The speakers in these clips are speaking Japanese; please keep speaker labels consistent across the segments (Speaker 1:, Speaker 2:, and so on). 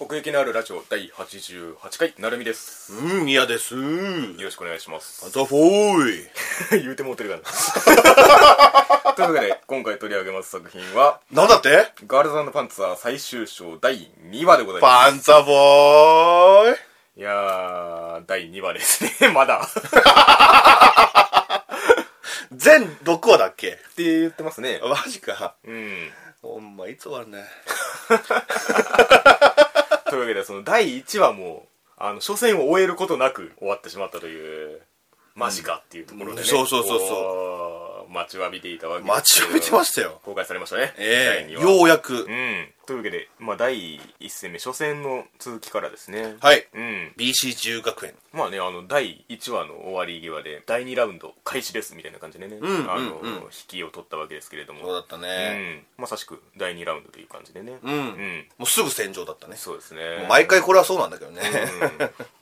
Speaker 1: 奥行きのあるラジオ第88回なるみです
Speaker 2: うん、嫌です。
Speaker 1: よろしくお願いします
Speaker 2: またフォーイ。
Speaker 1: 言うてもうてるからな というわけで今回取り上げます作品は
Speaker 2: なんだって
Speaker 1: 「ガールズパンツァー最終章第2話」でございま
Speaker 2: パンツァボーイ。
Speaker 1: すいやー第2話ですね まだっ
Speaker 2: 全6話だっけ
Speaker 1: て言ってますね
Speaker 2: マジか。
Speaker 1: うん
Speaker 2: ほんま、いつ終わるね。
Speaker 1: というわけでその第1話もあの初戦を終えることなく終わってしまったというマジかっていうところで、ね
Speaker 2: うんそうそうそうそう
Speaker 1: う待ちわびていたわけです
Speaker 2: 待ちわびてましたよ。
Speaker 1: 公開されましたね
Speaker 2: ええ
Speaker 1: 第2話
Speaker 2: ようやく
Speaker 1: う。ん、というわけで、まあ、第1戦目初戦の続きからですね
Speaker 2: はい。
Speaker 1: うん、
Speaker 2: BC10 学園。
Speaker 1: まあねあの第1話の終わり際で第2ラウンド開始ですみたいな感じでね、
Speaker 2: んうん
Speaker 1: あの
Speaker 2: うん
Speaker 1: 引きを取ったわけですけれども
Speaker 2: そうだったね。
Speaker 1: うん、まさしく第2ラウンドという感じでね
Speaker 2: うん。もうすぐ戦場だったね。
Speaker 1: そうですね
Speaker 2: 毎回これはそうなんだけどね。
Speaker 1: うん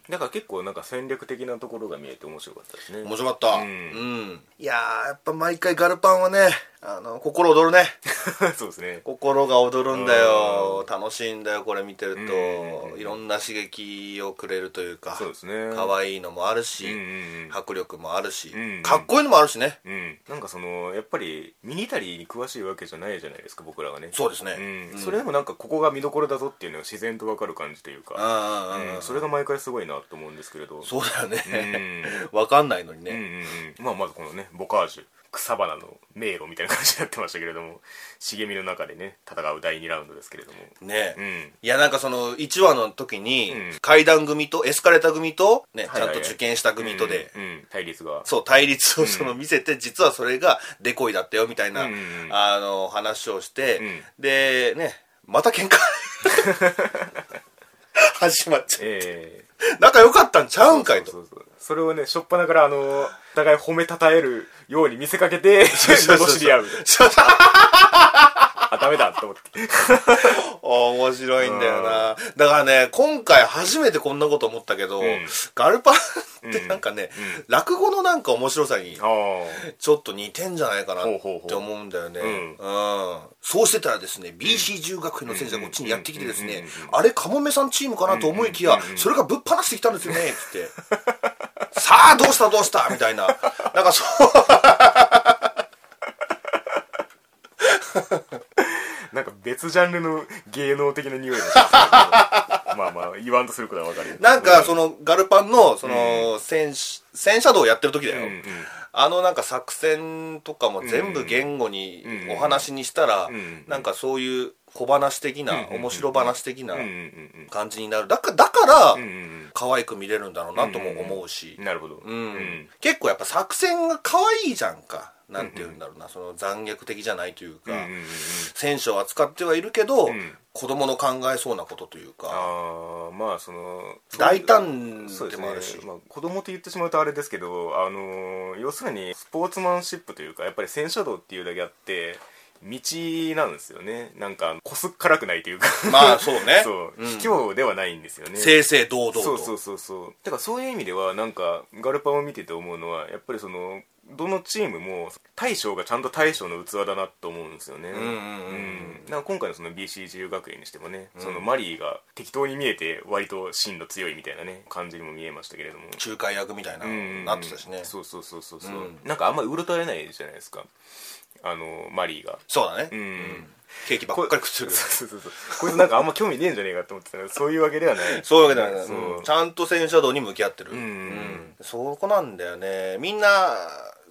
Speaker 1: だから結構なんか戦略的なところが見えて面白かったですね
Speaker 2: 面白かった。
Speaker 1: う
Speaker 2: うんん。いやー、やっぱ毎回ガルパンはね、あの、心躍るね。
Speaker 1: そうですね
Speaker 2: 心が踊るんだよ楽しいんだよこれ見てる
Speaker 1: う
Speaker 2: と
Speaker 1: ん
Speaker 2: いろんな刺激をくれるというか
Speaker 1: そうですね
Speaker 2: 可愛いのもあるし、
Speaker 1: うんうん
Speaker 2: 迫力もあるし、
Speaker 1: うん
Speaker 2: かっこいいのもあるしね
Speaker 1: うん、うん、なんかそのやっぱりミニタリーに詳しいわけじゃないじゃないですか僕らはね
Speaker 2: そうですね
Speaker 1: うん
Speaker 2: うん
Speaker 1: それでもなんかここが見どころだぞっていうのが自然とわかる感じというか、
Speaker 2: あ
Speaker 1: うんそれが毎回すごいなと思うんですけれど
Speaker 2: そうだよ
Speaker 1: うんう
Speaker 2: ね、
Speaker 1: ん
Speaker 2: わかんないのに
Speaker 1: うん
Speaker 2: ね、
Speaker 1: うんまあまずこのねボカージュ草花の迷路みたいな感じになってましたけれど も茂みの中でね戦う第2ラウンドですけれども
Speaker 2: ね、
Speaker 1: うん
Speaker 2: いやなんかその1話の時に、
Speaker 1: うん
Speaker 2: 階段組とエスカレーター組と、ね、
Speaker 1: はい
Speaker 2: ちゃ
Speaker 1: はい
Speaker 2: んと受験した組とで、
Speaker 1: うんうん対立が
Speaker 2: そう対立をその見せて、実はそれがデコイだったよみたいな、
Speaker 1: うんうんうん
Speaker 2: あの話をして、
Speaker 1: うん
Speaker 2: でねま た喧嘩始まっちゃう
Speaker 1: ええ
Speaker 2: 仲良かったんちゃうんかいと
Speaker 1: そうそうそうそうそれをね初っ端からあの お互い褒めたたえるように見せかけて
Speaker 2: そ うそうそう
Speaker 1: 罵り合う
Speaker 2: そうそう
Speaker 1: あダメだと思って
Speaker 2: 面白いんだよな、だからね今回初めてこんなこと思ったけど、
Speaker 1: ん
Speaker 2: ガルパンってなんかね、落語のなんか面白さに
Speaker 1: ああ
Speaker 2: ちょっと似てんじゃないかなっ
Speaker 1: ほうほうほう
Speaker 2: て思うんだよね。
Speaker 1: う
Speaker 2: うんん。そうしてたらですね、BC10 学園の先生がこっちにやってきてです
Speaker 1: うん
Speaker 2: ね
Speaker 1: うん、
Speaker 2: あれ、カモメさんチームかなと思いきや、それがぶっ放してきたんですよね、つって。さあ、どうしたどうしたみたいな。なんかそう、
Speaker 1: なんか別ジャンルの芸能的な匂いがします けどまあまあ言わんとすることはわかるよ
Speaker 2: なんかその、ガルパンの、その、戦士、戦車道をやってる時だよ。
Speaker 1: うんうん
Speaker 2: あのなんか作戦とかも全部言語に
Speaker 1: うん
Speaker 2: お話にしたら
Speaker 1: ん、
Speaker 2: なんかそういう小話的な、面白話的な
Speaker 1: うんうんうん
Speaker 2: 感じになる。だから、だから、
Speaker 1: うんうん
Speaker 2: 可愛く見れるんだろうなとも思うし
Speaker 1: うん、なるほどう
Speaker 2: うん結構やっぱ作戦が可愛いじゃんかなんて言うんだろうな、その残虐的じゃないというか、
Speaker 1: うんうんうん
Speaker 2: 戦車を扱ってはいるけど、
Speaker 1: ん
Speaker 2: 子供の考えそうなことというか
Speaker 1: ああまあその
Speaker 2: 大胆
Speaker 1: そうで
Speaker 2: ですもあるし
Speaker 1: ね、まあ、子供と言ってしまうとあれですけど、あのー要するにスポーツマンシップというかやっぱり戦車道っていうだけあって道なんですよねなんかこすっからくないというか
Speaker 2: まあそうね
Speaker 1: そう、
Speaker 2: ん
Speaker 1: 卑怯ではないんですよね
Speaker 2: 正々堂々と
Speaker 1: そうそうそうそうだからそういう意味ではなんかガルパンを見てて思うのはやっぱりそのどのチームも大将がちゃんと大将の器だなと思うんですよねうん
Speaker 2: うんうん
Speaker 1: なんか今回のその BCGU 学園にしてもね、そのマリーが適当に見えて割と進路強いみたいなね感じにも見えましたけれども
Speaker 2: 仲介役みたいな、
Speaker 1: うん
Speaker 2: なってたしねそ
Speaker 1: そうそうそうそうそう、
Speaker 2: うん
Speaker 1: なんかあんまりうろたれないじゃないですかあのマリーが
Speaker 2: うだね、
Speaker 1: うん、
Speaker 2: ケーキばっかり食ってるけど
Speaker 1: そうそうそうこいつなんかあんま興味ねえんじゃねえかと思ってたらそういうわけではない
Speaker 2: そういうわけじゃない、
Speaker 1: そう
Speaker 2: うんちゃんと戦車道に向き合ってる、
Speaker 1: うんうん
Speaker 2: そこなんだよねみんな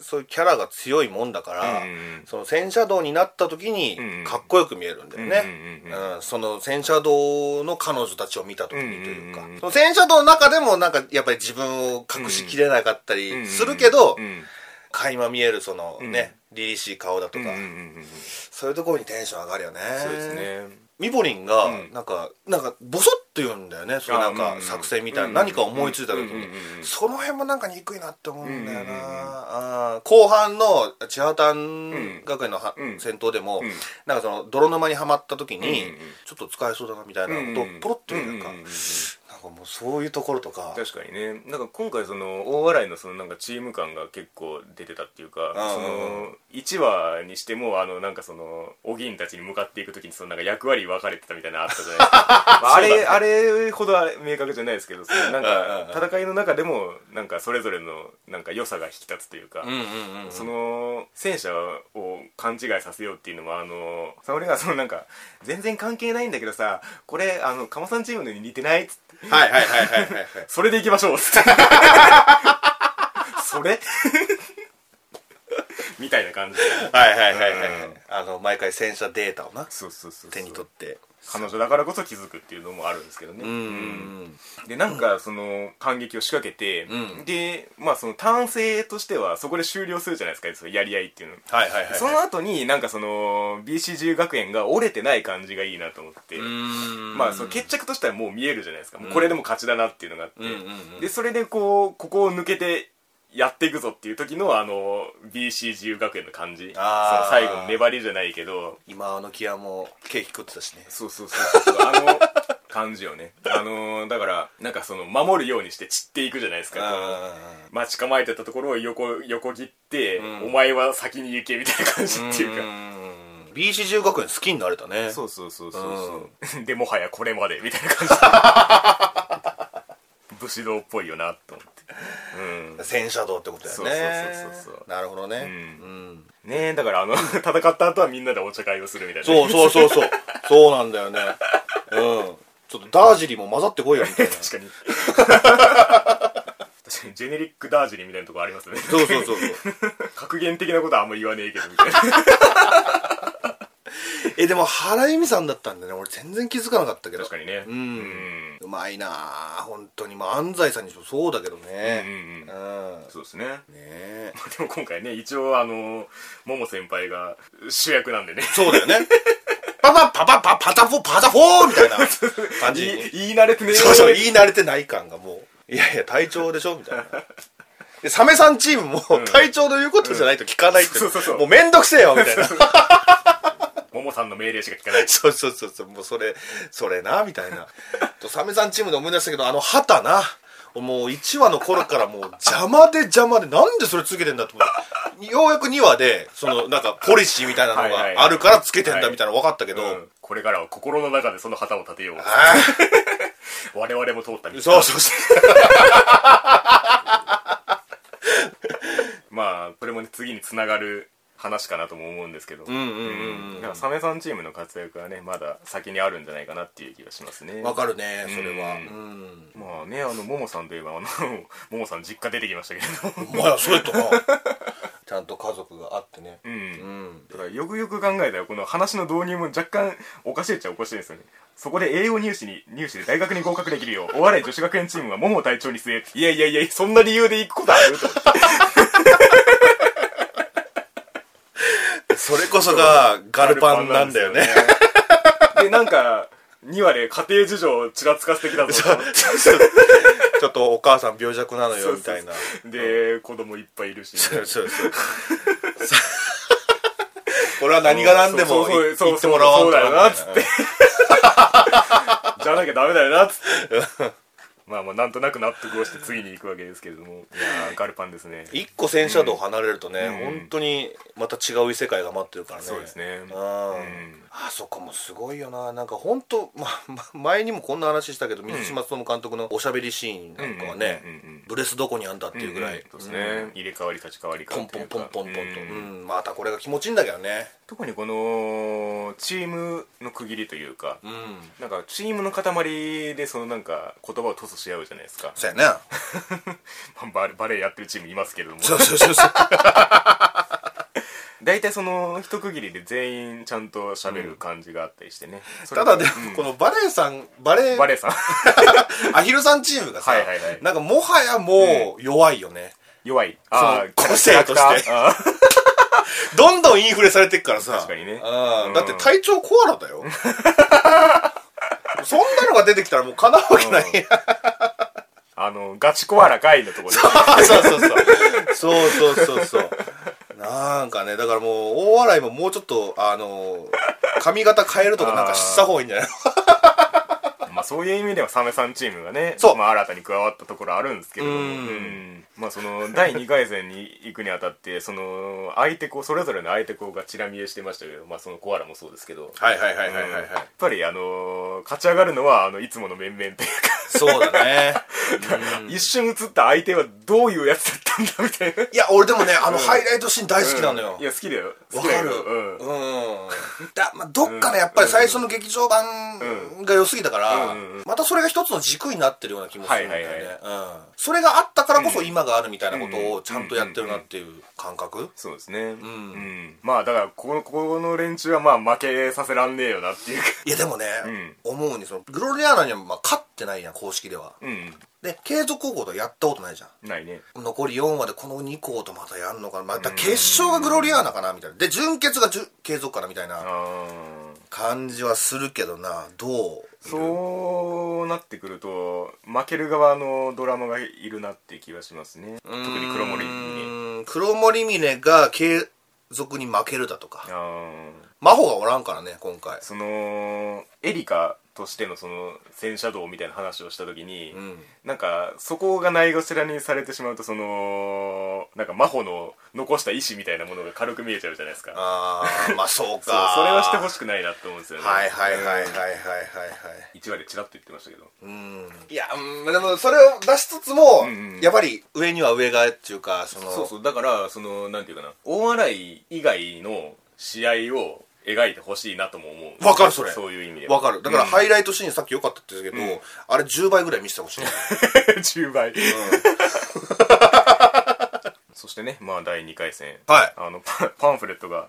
Speaker 2: そういうキャラが強いもんだから、
Speaker 1: うんうんうん
Speaker 2: その戦車道になった時に
Speaker 1: んうん
Speaker 2: かっこよく見えるんだよね、
Speaker 1: う
Speaker 2: うんん
Speaker 1: うん
Speaker 2: その戦車道の彼女たちを見た時にというか、
Speaker 1: うんうんうん
Speaker 2: その戦車道の中でもなんかやっぱり自分を隠しきれなかったりするけど、
Speaker 1: うん
Speaker 2: 垣間見えるそのね、凛々しい顔だと
Speaker 1: うん
Speaker 2: か、
Speaker 1: うんうんうん
Speaker 2: そういうところにテンション上がるよね
Speaker 1: そうですね
Speaker 2: ミポリンが
Speaker 1: ん
Speaker 2: なんか、なんかボソッと言うんだよねそれ
Speaker 1: あ
Speaker 2: なん
Speaker 1: うんう
Speaker 2: か
Speaker 1: ん
Speaker 2: 作戦みたいな、
Speaker 1: うん
Speaker 2: 何か思いついた時に、
Speaker 1: うんうんうんうん
Speaker 2: その辺もなんか憎いなって思うんだ
Speaker 1: う
Speaker 2: よな、
Speaker 1: んうんうん
Speaker 2: あー後半の千葉丹学園のは、
Speaker 1: うん
Speaker 2: 戦闘でも、
Speaker 1: ん
Speaker 2: なんかその泥沼にはまった時に、
Speaker 1: うんうん
Speaker 2: ちょっと使えそうだなみたいなことをポロッと言うなんか、
Speaker 1: うんうんうんうん
Speaker 2: なんかもううそういうところとか
Speaker 1: 確かにねなんか今回その大笑いのそのなんかチーム感が結構出てたっていうか
Speaker 2: うん
Speaker 1: その1話にしてもあのなんかそのおぎんたちに向かっていく時にそのなんか役割分かれてたみたいなのあったじゃないですか、 まあ、あれあれほどあれ明確じゃないですけどそのなん
Speaker 2: うんうんう
Speaker 1: か戦いの中でもなんかそれぞれのなんか良さが引き立つというか、
Speaker 2: うんうんうん
Speaker 1: その戦車を勘違いさせようっていうのもあの沙織がそのなんか全然関係ないんだけどさこれあの鴨さんチームのに似てないっつって
Speaker 2: はいはいはいはいはいはい
Speaker 1: それで行きましょうっ つって。それ みたいな感じで。
Speaker 2: はいはいはいはいはい
Speaker 1: うん
Speaker 2: あの毎回戦車データをな
Speaker 1: そうそうそうそう
Speaker 2: 手に取って
Speaker 1: 彼女だからこそ気づくっていうのもあるんですけどね。
Speaker 2: うんうん
Speaker 1: で、なんかその感激を仕掛けて、
Speaker 2: うん
Speaker 1: で、まあその単性としてはそこで終了するじゃないですか、そのやり合いっていうの。
Speaker 2: はいはいはい
Speaker 1: その後になんかその BCG 学園が折れてない感じがいいなと思って、
Speaker 2: うん
Speaker 1: まあその決着としてはもう見えるじゃないですか、もうこれでも勝ちだなっていうのがあって、
Speaker 2: うんうんうん
Speaker 1: でそれでこうここを抜けてやっていくぞっていう時のあの BCGU 学園の感じその
Speaker 2: あー
Speaker 1: 最後の粘りじゃないけど
Speaker 2: 今あのキアもケーキ食ってたしね
Speaker 1: そうそうそうそうあの感じよね あのーだからなんかその守るようにして散っていくじゃないです
Speaker 2: うん
Speaker 1: か待ち構えてたところを横横切って、お前は先に行けみたいな感じっていうか、
Speaker 2: うん BC10 学園好きになれたね
Speaker 1: そうそうそうそうそう、でもはやこれまでみたいな感じ 武士道っぽいよなと思ってうん
Speaker 2: 戦車道ってことだよね
Speaker 1: そうそうそうそうそう
Speaker 2: なるほどね
Speaker 1: ん
Speaker 2: うん
Speaker 1: ねえだからあの 戦った後はみんなでお茶会をするみたいな
Speaker 2: そうそうそうそうそうなんだよねうんちょっとダージリンも混ざってこいよみたい な
Speaker 1: 確かに 確かにジェネリックダージリンみたいなとこありますね
Speaker 2: そうそうそうそう
Speaker 1: 格言的なことはあんま言わねえけどみたいな
Speaker 2: えでも原由美さんだったんだね俺全然気づかなかったけ ど
Speaker 1: 確かにね
Speaker 2: うん
Speaker 1: う
Speaker 2: うまいなあ本当にまあ安西さんにしてもそうだけど
Speaker 1: うん
Speaker 2: ね
Speaker 1: うん
Speaker 2: う
Speaker 1: うん
Speaker 2: んね
Speaker 1: そうですね
Speaker 2: え
Speaker 1: でも今回ね一応あのもも先輩が主役なんでね
Speaker 2: そうだよねパパパパパパタフォパタフォーみたいな感 じ
Speaker 1: 言
Speaker 2: に
Speaker 1: い言い慣れてねえよ
Speaker 2: そうそ う言い慣れてない感がもういやいや隊長でしょみたいなでサメさんチームも隊長の言うことじゃないと聞かないって、
Speaker 1: うんそうそうそう
Speaker 2: もうめんどくせえよみたいな
Speaker 1: ももさんの命令しか聞かない
Speaker 2: そうそうそうそうもうそれそれなみたいなとサメさんチームで思い出したけどあの旗なもう1話の頃からもう邪魔で邪魔でなんでそれつけてんだと思ってようやく2話でそのなんかポリシーみたいなのがあるからつけてんだみたいなの分かったけど、
Speaker 1: うんこれからは心の中でその旗を立てよう
Speaker 2: あ
Speaker 1: 我々も通った道
Speaker 2: ーそうそうそう
Speaker 1: まあこれもね次につながる話かなとも思うんですけど
Speaker 2: うんうんうんうん
Speaker 1: だからサメさんチームの活躍はねまだ先にあるんじゃないかなっていう気がしますね
Speaker 2: わかるねそれは
Speaker 1: う
Speaker 2: うん
Speaker 1: まあねあのももさんといえばあの ももさん実家出てきましたけれど
Speaker 2: まあそれとな ちゃんと家族があってね
Speaker 1: う
Speaker 2: うんん
Speaker 1: だからよくよく考えたらこの話の導入も若干おかしいっちゃおかしいですよねそこで栄養入試に入試で大学に合格できるようお笑い女子学園チームは桃を隊長に据えいやいやいやそんな理由で行くことあると思って
Speaker 2: それこそがガルパンなんだよね
Speaker 1: でなんか2話で家庭事情をちらつかせてきたぞと思って
Speaker 2: ちょっとお母さん病弱なのよみたいな
Speaker 1: そうそうそうで子供いっぱいいるし
Speaker 2: そうそうそう これは何が何で
Speaker 1: そ
Speaker 2: も
Speaker 1: うそうそう
Speaker 2: 言ってもらわんと
Speaker 1: そうだよなつってじゃなきゃダメだよなっつって まあまあなんとなく納得をして次に行くわけですけれどもいやーガルパンですね
Speaker 2: 一個戦車道離れるとね、
Speaker 1: うん
Speaker 2: 本当にまた違う異世界が待ってるからね
Speaker 1: そうですね
Speaker 2: うん、
Speaker 1: ん
Speaker 2: あそこもすごいよななんか本当まま 前にもこんな話したけど水島勉監督のおしゃべりシーンなんかはね、
Speaker 1: うんうんうんうん
Speaker 2: ブレスどこにあんだっていうぐらい、
Speaker 1: そうですね入れ替わり立ち替わり
Speaker 2: ポ
Speaker 1: 感
Speaker 2: ン
Speaker 1: と
Speaker 2: ポ
Speaker 1: い
Speaker 2: ン
Speaker 1: うか
Speaker 2: ポンポンポンと、
Speaker 1: う
Speaker 2: うんんまたこれが気持ちいいんだけどね
Speaker 1: 特にこのチームの区切りというか
Speaker 2: うん
Speaker 1: なんかチームの塊でそのなんか言葉をトスし合うじゃないですか
Speaker 2: そうやな
Speaker 1: まあバレバレエやってるチームいますけれども
Speaker 2: そうそうそうそう
Speaker 1: 大体その一区切りで全員ちゃんと喋る感じがあったりしてね、 それ
Speaker 2: た
Speaker 1: が
Speaker 2: だでも
Speaker 1: うん
Speaker 2: このバレエさんバレエ
Speaker 1: バレエさん
Speaker 2: アヒルさんチームがさ、
Speaker 1: はいはいはい
Speaker 2: なんかもはやもう弱いよね、
Speaker 1: 弱いー
Speaker 2: その個性として
Speaker 1: キャラクターあー
Speaker 2: どんどんインフレされてっからさ
Speaker 1: 確かにね
Speaker 2: あ
Speaker 1: うん
Speaker 2: だって体調コアラだよ そんなのが出てきたらもうかなうわけないやん
Speaker 1: あのガチコアラかいのとこで
Speaker 2: あ そうそうそうそうそうそうそうなんかねだからもう大笑いももうちょっとあの髪型変えるとかなんかした方がいいんじゃないの
Speaker 1: まあそういう意味ではサメさんチームがね
Speaker 2: そう
Speaker 1: まあ、新たに加わったところあるんですけれども
Speaker 2: うん
Speaker 1: うんまあ、その第2回戦に行くにあたってその相手校それぞれの相手校がチラ見えしてましたけど、まあ、そのコアラもそうですけど、
Speaker 2: はいはいはいはいはい、は
Speaker 1: うん
Speaker 2: い
Speaker 1: やっぱり、あのー勝ち上がるのはあのいつもの面々というか
Speaker 2: そうだね う ん
Speaker 1: 一瞬映った相手はどういうやつだったんだみたいない
Speaker 2: や俺でもねあのハイライトシーン大好きなのよ
Speaker 1: いや好きだよ好
Speaker 2: わ
Speaker 1: きだ
Speaker 2: か
Speaker 1: よ
Speaker 2: る
Speaker 1: うん
Speaker 2: うん、だまあ、どっかねやっぱり最初の劇場版が良すぎたから、
Speaker 1: うんうん
Speaker 2: またそれが一つの軸になってるような気もするんだよね、
Speaker 1: はいはいはい
Speaker 2: うん、それがあったからこそ今があるみたいなことをちゃんとやってるなっていう感覚、
Speaker 1: そうですねうん、まあだからここのここの連中はまあ負けさせらんねえよなっていうか
Speaker 2: いやでもね、思うにそのグロリアーナにはまあ勝ってないやん公式では
Speaker 1: うん
Speaker 2: で継続高校とはやったことないじゃん
Speaker 1: ないね
Speaker 2: 残り4話でこの2校とまたやんのかなまた決勝がグロリアーナかなみたいなで準決がじゅ継続かなみたいな
Speaker 1: あー
Speaker 2: 感じはするけどなどう
Speaker 1: そうなってくると負ける側のドラマがいるなっていう気はしますね特に黒森にね
Speaker 2: ね黒森峰が継続に負けるだとか
Speaker 1: あー
Speaker 2: 真帆がおらんからね今回
Speaker 1: そのエリカとしてのその戦車道みたいな話をした時に、
Speaker 2: ん
Speaker 1: なんかそこがないがしらにされてしまうとそのなんか真帆の残した意志みたいなものが軽く見えちゃうじゃないですか
Speaker 2: あ あまあそうか
Speaker 1: そうそれはしてほしくないなって思うんですよね
Speaker 2: はいはいはいはいはいはいはいはい
Speaker 1: 1話でチラッと言ってましたけど
Speaker 2: うんいや、うん、でもそれを出しつつも、
Speaker 1: うんうん
Speaker 2: やっぱり上には上がっていうかその
Speaker 1: そうそうだからそのなんていうかな大洗以外の試合を描いてほしいなとも思う
Speaker 2: わかるそれ
Speaker 1: そういう意味で
Speaker 2: わかるだから、
Speaker 1: い
Speaker 2: ハイライトシーンさっき良かったって言ったけど、あれ10倍ぐらい見せてほしい、
Speaker 1: 10倍、 そしてねまあ第2回戦
Speaker 2: はい
Speaker 1: あのパパンフレットが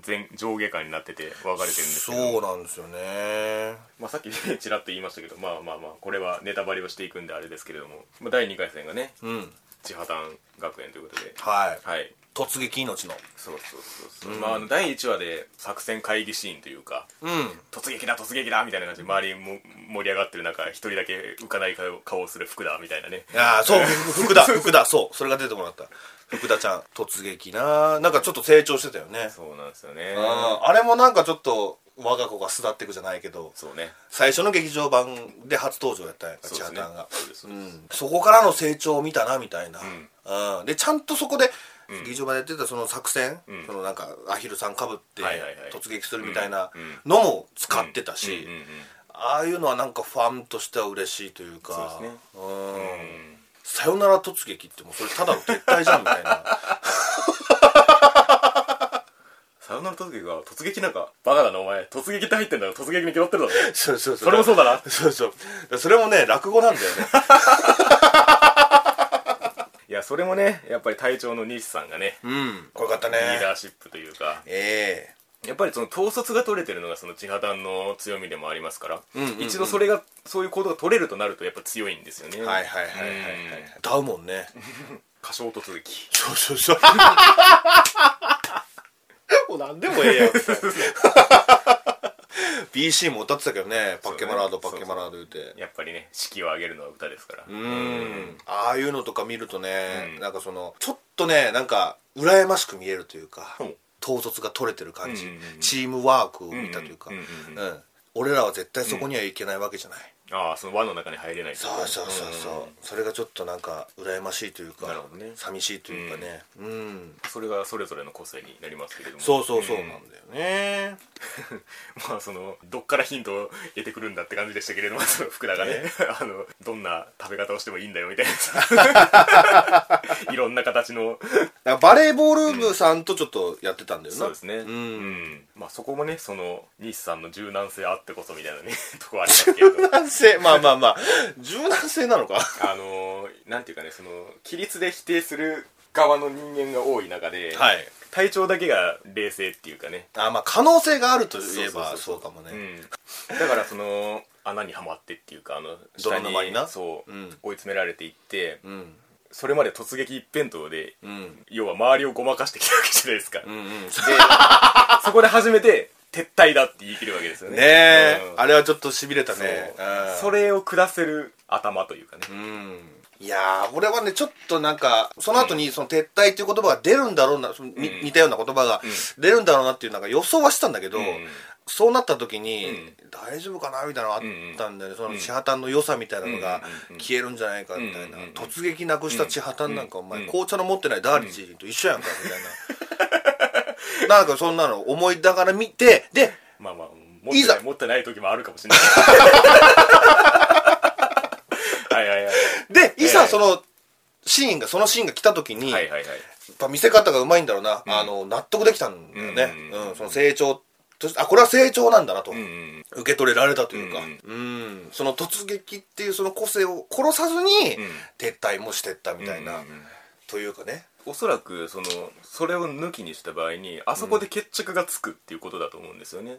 Speaker 1: 全上下巻になってて分かれてるんですけど
Speaker 2: そうなんですよね
Speaker 1: まあ、さっき ちらっと言いましたけどまあまあまあこれはネタバレをしていくんであれですけれども、まあ、第2回戦がね
Speaker 2: うん
Speaker 1: 千波丹学園ということで
Speaker 2: はい
Speaker 1: はい
Speaker 2: 突撃命の
Speaker 1: そうそうそうそう、まあ、あの第1話で作戦会議シーンというか
Speaker 2: うん
Speaker 1: 突撃だ突撃だみたいな感じで周りも盛り上がってる中一人だけ浮かない顔顔をする福田みたいなね
Speaker 2: ああそう福田福田そうそれが出てこなかった福田ちゃん突撃ななんかちょっと成長してたよね
Speaker 1: そうなんですよね
Speaker 2: ああれもなんかちょっと我が子が巣立ってくじゃないけど
Speaker 1: そうね
Speaker 2: 最初の劇場版で初登場やったんやんか
Speaker 1: そう
Speaker 2: 千
Speaker 1: で
Speaker 2: 葉
Speaker 1: すね
Speaker 2: さんが
Speaker 1: そうですそうです
Speaker 2: そこからの成長を見たなみたいな、うんでちゃんとそこで劇場までやってたその作戦、
Speaker 1: ん
Speaker 2: そのなんかアヒルさんかぶって
Speaker 1: はいはいはい
Speaker 2: 突撃するみたいな
Speaker 1: うんうん
Speaker 2: のも使ってたし、
Speaker 1: うんうんうん
Speaker 2: ああいうのはなんかファンとしては嬉しいというか
Speaker 1: そうですね
Speaker 2: うん
Speaker 1: うん
Speaker 2: さよなら突撃ってもうそれただの撤退じゃんみたいな
Speaker 1: さよなら突撃が突撃なんかバカだなお前突撃って入ってんだろ突撃に決まってるだろ
Speaker 2: そうそう そう
Speaker 1: それもそうだな
Speaker 2: そうそうそれもね落語なんだよね
Speaker 1: いやそれもねやっぱり隊長の西さんがね
Speaker 2: うんこれよかったね
Speaker 1: リーダーシップというか
Speaker 2: え
Speaker 1: やっぱりその統率が取れてるのがその地波団の強みでもありますから、
Speaker 2: んうんうん
Speaker 1: 一度それがそういう行動が取れるとなるとやっぱ強いんですよね
Speaker 2: えはいはいはいはいはいだもんね
Speaker 1: 過小突撃
Speaker 2: そうそうそうもう何でもええ やん BC も歌ってたけどねパッケマラードパッケマラード言うて
Speaker 1: やっぱりね士気を上げるのは歌ですからう
Speaker 2: うんああいうのとか見るとね、
Speaker 1: うん
Speaker 2: なんかそのちょっとねなんか羨ましく見えるというか、
Speaker 1: うん
Speaker 2: 統率が取れてる感じ、
Speaker 1: うんうんうん
Speaker 2: チームワークを見たというか、
Speaker 1: うんうんうん
Speaker 2: うん俺らは絶対そこにはいけないわけじゃない、
Speaker 1: ああその輪の中に入れないってこ
Speaker 2: そ
Speaker 1: と
Speaker 2: うそうそうそう、それがちょっとなんか羨ましいというか
Speaker 1: なるほどね
Speaker 2: 寂しいというかねうん、
Speaker 1: それがそれぞれの個性になりますけれども
Speaker 2: そうそうそうなん
Speaker 1: ん
Speaker 2: だよね、
Speaker 1: まあそのどっからヒントを得てくるんだって感じでしたけ れどもその福田がねあのどんな食べ方をしてもいいんだよみたい ないろんな形の
Speaker 2: だからバレーボール部さんとちょっとやってたんだよな、
Speaker 1: そうですね
Speaker 2: うん
Speaker 1: んまあそこもねその西さんの柔軟性あってこそみたいなね とこありますけれども
Speaker 2: 柔軟性まあまあまあ柔軟性なのか
Speaker 1: あのーなんていうかねその規律で否定する側の人間が多い中で、
Speaker 2: はい
Speaker 1: 体調だけが冷静っていうかね
Speaker 2: あまあ可能性があるといえばそうかもね、
Speaker 1: うん、だからその穴にはまってっていうかあの下
Speaker 2: 泥沼にな
Speaker 1: そう、
Speaker 2: うん
Speaker 1: 追い詰められていって、
Speaker 2: うん
Speaker 1: それまで突撃一辺倒で、
Speaker 2: うん
Speaker 1: 要は周りをごまかしてきたわけじゃないですか、
Speaker 2: うんうんね
Speaker 1: そこで初めて撤退だって言い切るわけですよね
Speaker 2: え、
Speaker 1: うん
Speaker 2: あれはちょっとしびれた
Speaker 1: そう
Speaker 2: ね
Speaker 1: そ
Speaker 2: れ
Speaker 1: れを下せる頭というかね、
Speaker 2: うんいやー俺はねちょっとなんかその後にその撤退っていう言葉が出るんだろうな、そのに似たような言葉が出るんだろうなっていうなんか予想はしたんだけど、
Speaker 1: ん
Speaker 2: そうなった時に、
Speaker 1: うん
Speaker 2: 大丈夫かなみたいなのあったんだよね、そ
Speaker 1: うん
Speaker 2: の地破綻の良さみたいなのが
Speaker 1: うんうん
Speaker 2: 消えるんじゃないかみたいな、
Speaker 1: うんうん
Speaker 2: 突撃なくした地破綻なんか、
Speaker 1: うん
Speaker 2: お前、
Speaker 1: うん
Speaker 2: 紅茶の持ってないダーリチと一緒やんかみたいな、なんかそんなの思いながら見てで
Speaker 1: まあまあ持って
Speaker 2: い
Speaker 1: な
Speaker 2: ざ
Speaker 1: い持ってない時もあるかもしれない はいはいはい
Speaker 2: でい
Speaker 1: え
Speaker 2: ざ
Speaker 1: え
Speaker 2: そのシーンがそのシーンが来た時に、
Speaker 1: はい
Speaker 2: や
Speaker 1: はいはい
Speaker 2: っぱ見せ方がうまいんだろうな、
Speaker 1: ん
Speaker 2: あの納得できたんだよね、
Speaker 1: う
Speaker 2: うんんその成長としてあこれは成長なんだなと。
Speaker 1: うんうん
Speaker 2: 受け取れられたというか、
Speaker 1: うん
Speaker 2: うんその突撃っていうその個性を殺さずに、
Speaker 1: うん
Speaker 2: 撤退もしてったみたいな、
Speaker 1: うんうんうん
Speaker 2: というかね
Speaker 1: おそらくそのそれを抜きにした場合にあそこで決着がつくっていうことだと思うんですよね、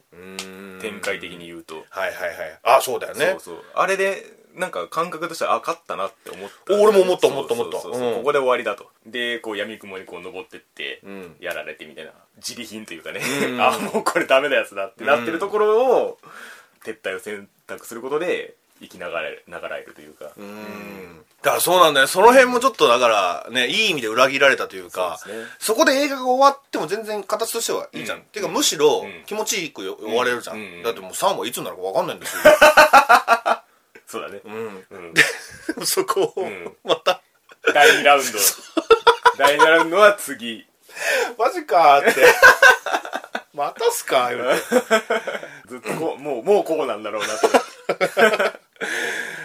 Speaker 1: 展開的に言うと、
Speaker 2: はいはいはいあそうだよね
Speaker 1: そうそうあれでなんか感覚としてはあ勝ったなって思った
Speaker 2: 俺も思った思った思った
Speaker 1: そうそうそう
Speaker 2: うん
Speaker 1: ここで終わりだとでこう闇雲にこう登ってって、
Speaker 2: うん
Speaker 1: やられてみたいな自利品というかね、
Speaker 2: ん
Speaker 1: あもうこれダメなやつだってなってるところを、撤退を選択することで生きながらえるながらえるというか、
Speaker 2: うんだからそうなんだよその辺もちょっとだからねいい意味で裏切られたというか
Speaker 1: そうですね
Speaker 2: こで映画が終わっても全然形としてはいいじゃん、
Speaker 1: うん
Speaker 2: っていうかむしろ
Speaker 1: ん
Speaker 2: 気持ちいくよ終われるじゃん、
Speaker 1: うん
Speaker 2: だってもう3はいつになるか分かんないんですよ、
Speaker 1: そうだね、
Speaker 2: うん
Speaker 1: うん、
Speaker 2: でもそこを
Speaker 1: ん
Speaker 2: また、
Speaker 1: 第2ラウン ド第2ラウンドは次
Speaker 2: マジかーって またっすか言うて
Speaker 1: ずっとこうもうもうこうなんだろうなと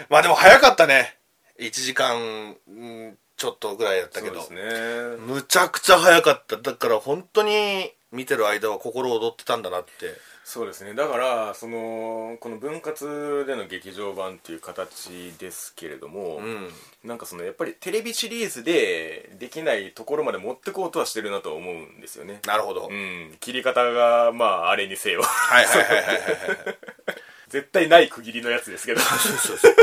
Speaker 2: まあでも早かったね1時間うんちょっとぐらいだったけど、
Speaker 1: ね
Speaker 2: むちゃくちゃ早かっただから本当に見てる間は心躍ってたんだなって
Speaker 1: そうですねだからそのこの分割での劇場版っていう形ですけれども、
Speaker 2: うん
Speaker 1: なんかそのやっぱりテレビシリーズでできないところまで持ってこうとはしてるなとは思うんですよね
Speaker 2: なるほど、
Speaker 1: うん切り方がまああれにせよ
Speaker 2: はいはいはいはい はい
Speaker 1: 絶対ない区切りのやつですけど
Speaker 2: そうそうそう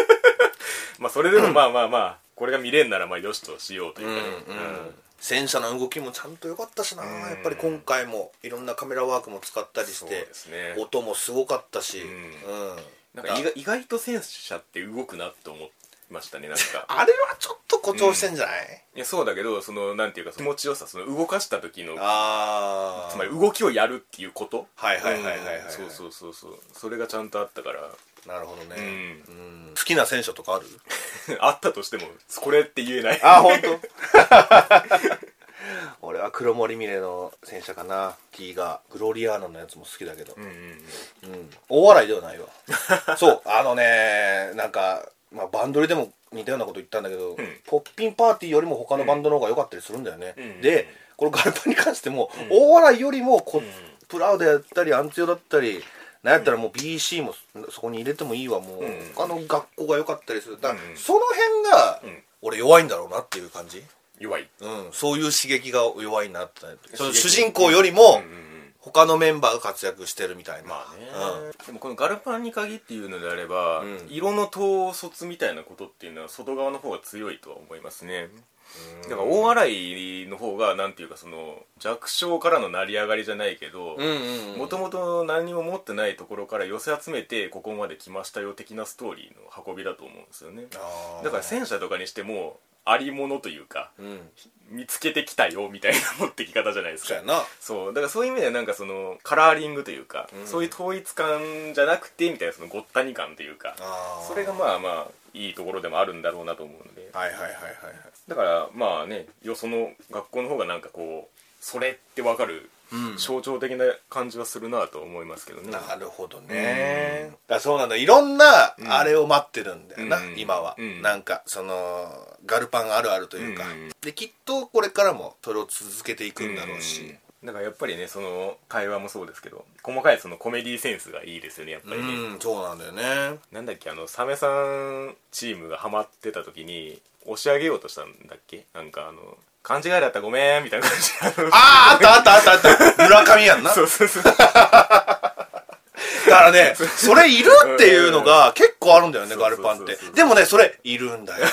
Speaker 1: まあそれでもまあまあまあこれが見れんならまあよしとしようというかね、
Speaker 2: うんうん戦車の動きもちゃんと良かったしな、やっぱり今回もいろんなカメラワークも使ったりし
Speaker 1: そう
Speaker 2: て
Speaker 1: ですね
Speaker 2: 音もすごかったし、
Speaker 1: ん
Speaker 2: うん
Speaker 1: なんか意外意外と戦車って動くなって思いましたねなんか
Speaker 2: あれはちょっと誇張してんじゃない、
Speaker 1: いやそうだけどそのなんていうか気持ちよさその動かした時の
Speaker 2: ああ
Speaker 1: つまり動きをやるっていうこと
Speaker 2: はいはいはいはいはいはい
Speaker 1: うんそうそうそうそうそれがちゃんとあったから
Speaker 2: なるほどね、
Speaker 1: う
Speaker 2: うん好きな戦車とかある
Speaker 1: あったとしてもこれって言えない
Speaker 2: あ本当。 俺は黒森ミレの戦車かな T がグロリアーナのやつも好きだけど、
Speaker 1: うんうんうん
Speaker 2: うん大笑いではないわ そうあのねなんか、まあ、バンドリでも似たようなこと言ったんだけど、
Speaker 1: ん
Speaker 2: ポッピンパーティーよりも他のバンドの方が良かったりするんだよね、
Speaker 1: うん
Speaker 2: でこのガルパンに関しても、大笑いよりもこ、プラウドやったりアンツヨだったりなんやったらもう BC もそこに入れてもいいわもう、
Speaker 1: ん
Speaker 2: 他の学校が良かったりするだから、
Speaker 1: うん
Speaker 2: その辺が、
Speaker 1: ん
Speaker 2: 俺弱いんだろうなっていう感じ、
Speaker 1: 弱い
Speaker 2: うん、そういう刺激が弱いなってその
Speaker 1: 刺激
Speaker 2: 主人公よりも、
Speaker 1: うんうんうん
Speaker 2: 他のメンバーが活躍してるみたいな
Speaker 1: まあね、
Speaker 2: うん
Speaker 1: でもこのガルパンに限って言うのであれば、
Speaker 2: うん
Speaker 1: 色の統率みたいなことっていうのは外側の方が強いとは思いますねだから大洗の方がなんていうかその弱小からの成り上がりじゃないけど、
Speaker 2: うんうん
Speaker 1: もともと何も持ってないところから寄せ集めてここまで来ましたよ的なストーリーの運びだと思うんですよね
Speaker 2: あー
Speaker 1: だから戦車とかにしてもありものというか
Speaker 2: うん
Speaker 1: 見つけてきたよみたいな持ってき方じゃないです
Speaker 2: そう
Speaker 1: か
Speaker 2: やな
Speaker 1: そうだからそういう意味ではなんかそのカラーリングというか、
Speaker 2: ん
Speaker 1: そういう統一感じゃなくてみたいなそのごったに感というか
Speaker 2: あー
Speaker 1: それがまあまあいいところでもあるんだろうなと思うので
Speaker 2: はいはいはいはいはい
Speaker 1: だからまあねよその学校の方がなんかこうそれってわかる
Speaker 2: うん
Speaker 1: 象徴的な感じはするなと思いますけどね、
Speaker 2: なるほどねだからそうなんだいろんなあれを待ってるんだよな、
Speaker 1: うん
Speaker 2: 今は、
Speaker 1: うん
Speaker 2: なんかそのガルパンあるあるというか、
Speaker 1: うん
Speaker 2: できっとこれからもそれを続けていくんだろうし、
Speaker 1: うんだからやっぱりねその会話もそうですけど細かいそのコメディセンスがいいですよねやっぱりね、
Speaker 2: うんそうなんだよね
Speaker 1: なんだっけあのサメさんチームがハマってた時に押し上げようとしたんだっけなんかあの勘違いだったごめんみたいな感じであ
Speaker 2: あーあったあったあったあった 村上やん
Speaker 1: の
Speaker 2: な
Speaker 1: そうそうそう
Speaker 2: だか らね、それいるっていうのが結構あるんだよね、
Speaker 1: うん
Speaker 2: ガルパンっ
Speaker 1: そう
Speaker 2: て
Speaker 1: そうそうそう。
Speaker 2: でもね、それいるんだ よ。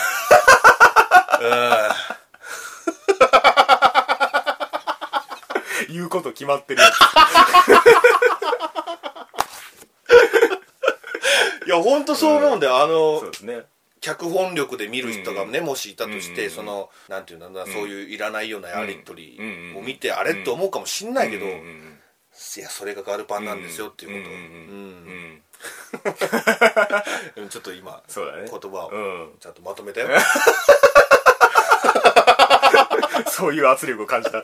Speaker 1: 言うこと決まってる やつ
Speaker 2: いや、ほんとそう思うんだよ。あ
Speaker 1: そう
Speaker 2: の、
Speaker 1: ですね
Speaker 2: 脚本力で見る人がね、もしいたとし
Speaker 1: うんうんうん
Speaker 2: て、その、なんていうんだろうな、そういういらないようなやりとりを見て、
Speaker 1: うん
Speaker 2: あれって思うかもしんないけど
Speaker 1: う、んうんうん
Speaker 2: いやそれがガルパンなんですよっていうこと
Speaker 1: う
Speaker 2: を、
Speaker 1: んうんうんうん
Speaker 2: うんちょっと今
Speaker 1: そうだね
Speaker 2: 言葉を
Speaker 1: うん
Speaker 2: ちゃんとまと めたよ、
Speaker 1: そういう圧力を感じ た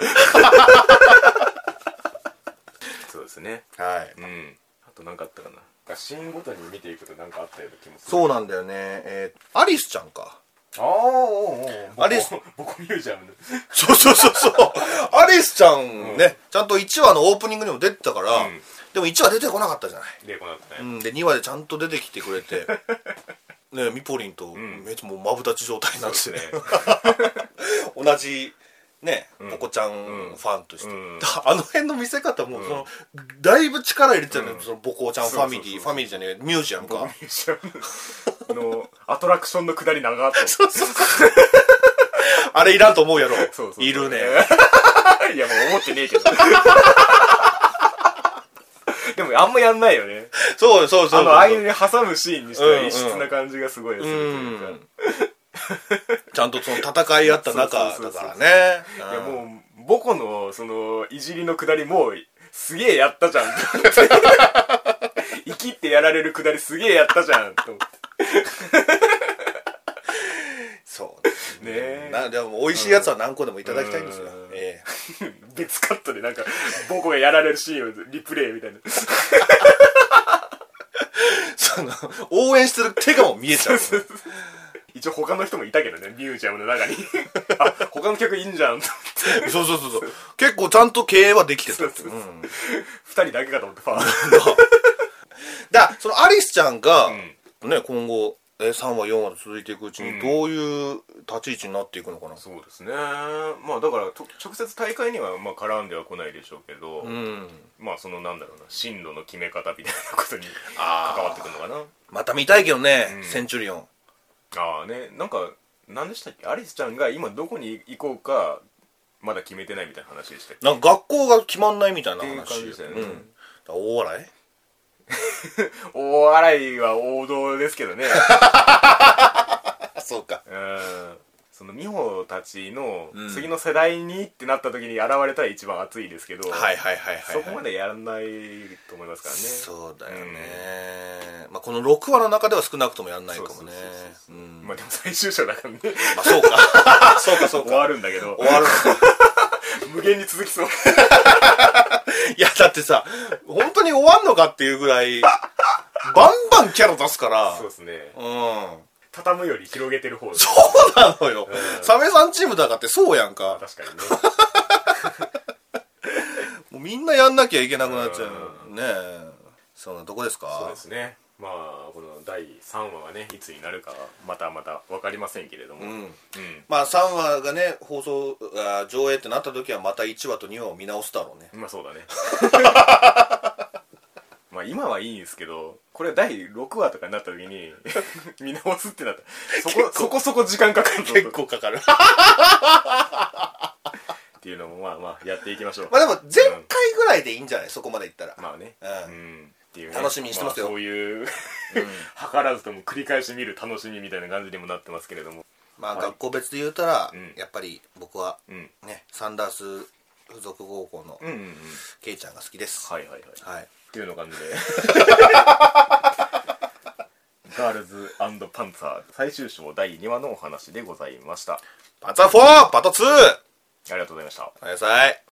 Speaker 1: そうですね
Speaker 2: はい
Speaker 1: うんあと何かあったかなシーンごとに見ていくと何かあったような気もする
Speaker 2: そうなんだよねえーアリスちゃんか
Speaker 1: ああおうおうお
Speaker 2: あ れです
Speaker 1: ボコミュージアムの
Speaker 2: そうそうそうそうアリスちゃんね、ちゃんと1話のオープニングにも出てたから、
Speaker 1: うん
Speaker 2: でも1話出てこなかったじゃない
Speaker 1: でこの後
Speaker 2: う
Speaker 1: ね
Speaker 2: ん、で2話でちゃんと出てきてく れてねミポリンと
Speaker 1: ん
Speaker 2: めっちゃもうまぶたち状態になって
Speaker 1: そう
Speaker 2: ね
Speaker 1: で
Speaker 2: 同じね
Speaker 1: ん
Speaker 2: ポコちゃんファンとして、
Speaker 1: うん
Speaker 2: だあの辺の見せ方もその、だいぶ力入れてたのよ、
Speaker 1: うん
Speaker 2: そのポコちゃんファミリー
Speaker 1: そうそうそう
Speaker 2: ファミリーじゃねえミュージアム
Speaker 1: ボコミ
Speaker 2: か
Speaker 1: ュージアムのアトラクションの下り長かった そう
Speaker 2: あれいらんと思うやろ
Speaker 1: そうそう
Speaker 2: いるね
Speaker 1: いやもう思ってねえけど でもあんまやんないよね
Speaker 2: そうそうそ
Speaker 1: あ
Speaker 2: うそう
Speaker 1: のああいう挟むシーンにして
Speaker 2: うんうん
Speaker 1: 異質な感じがすごいするというか、
Speaker 2: うんちゃんとその戦い合った中
Speaker 1: そうそう
Speaker 2: だ
Speaker 1: そう
Speaker 2: か
Speaker 1: そ
Speaker 2: ら
Speaker 1: う
Speaker 2: ね
Speaker 1: いや
Speaker 2: うん
Speaker 1: もうボコのそのいじりのくだりもうすげえやったじゃん 生きってやられるくだりすげえやったじゃんと思 って
Speaker 2: そう
Speaker 1: ねえ
Speaker 2: なでも美味しいやつは何個でもいただきたいんですよ、
Speaker 1: うん
Speaker 2: ええ
Speaker 1: 別カットでなんかボコがやられるシーンをリプレイみたいな
Speaker 2: その応援してる手がもう見えちゃう
Speaker 1: 一応他の人もいたけどねミュージアムの中に あ他の客いいんじゃんと
Speaker 2: そうそうそうそう結構ちゃんと経営はできてた
Speaker 1: そうそうそう二人だけかと思ってファン
Speaker 2: だそのアリスちゃんが、
Speaker 1: ん
Speaker 2: ね今後えー3話4話と続いていくうち
Speaker 1: うん
Speaker 2: にどういう立ち位置になっていくのかな、
Speaker 1: そうですねまあだからと直接大会にはまあ絡んでは来ないでしょうけど、
Speaker 2: うん、
Speaker 1: まあそのなんだろうな進路の決め方みたいなことに
Speaker 2: あー
Speaker 1: 関わってくるのかな
Speaker 2: また見たいけどね、
Speaker 1: ん
Speaker 2: センチュリオン
Speaker 1: ああねなんか何でしたっけアリスちゃんが今どこに行こうかまだ決めてないみたいな話でしたっけ
Speaker 2: なんか学校が決まんないみたいな
Speaker 1: っていう感
Speaker 2: 話
Speaker 1: じでしたよね
Speaker 2: うん、だから大笑い
Speaker 1: 大洗いは王道ですけどね
Speaker 2: あそうか
Speaker 1: うんその美穂たちの
Speaker 2: うん
Speaker 1: 次の世代にってなった時に現れたら一番熱いですけど、
Speaker 2: はいはいはいはい、はい、
Speaker 1: そこまでやらないと思いますからね
Speaker 2: そうだよね、まあ、この6話の中では少なくともやんないかもね
Speaker 1: そうそうそうそう
Speaker 2: うん
Speaker 1: まあでも最終章だからね
Speaker 2: まあ そうか そうかそう
Speaker 1: 終わるんだけど
Speaker 2: 終わる
Speaker 1: 無限に続き そう
Speaker 2: いや、だってさ、本当に終わんのかっていうぐらい、バンバンキャラ出すから、
Speaker 1: そうですね
Speaker 2: うん。そ
Speaker 1: 畳むより広げてる方です
Speaker 2: うなのよ。サメさんチームだからってそうやんか。
Speaker 1: 確かにね
Speaker 2: もうみんなやんなきゃいけなくなっちゃう。ねえ。そんなとこです
Speaker 1: そう
Speaker 2: か
Speaker 1: ですねまあこの第3話がねいつになるかはまたまた分かりませんけれどもうんうん
Speaker 2: まあ3話がね、放送、あ上映ってなった時はまた1話と2話を見直すだ ろうね。
Speaker 1: まあそうだねまあ今はいいんですけどこれ第6話とかになった時に 見直すってなったらそこそこそこ時間かかるぞ
Speaker 2: 結構かかる。
Speaker 1: っていうのもまあまあやっていきましょう
Speaker 2: まあでも前回ぐらいでいいんじゃないそこまでいったら。
Speaker 1: まあね
Speaker 2: うん
Speaker 1: っていうね
Speaker 2: 楽しみにしてますよ
Speaker 1: あそういう 図らずとも繰り返し見る楽しみみたいな感じにもなってますけれども
Speaker 2: まあ
Speaker 1: はい
Speaker 2: 学校別で言うたら
Speaker 1: うん、
Speaker 2: やっぱり僕は
Speaker 1: うん
Speaker 2: ね、サンダース付属高校の
Speaker 1: うんうんうん
Speaker 2: ケイちゃんが好きです。
Speaker 1: はいはいはい
Speaker 2: はい。
Speaker 1: っていうの感じで ガールズパンツァー最終章第2話のお話でございましたあ
Speaker 2: パンツァー 4! パート 2!
Speaker 1: りがとうございました
Speaker 2: おやすみなさい。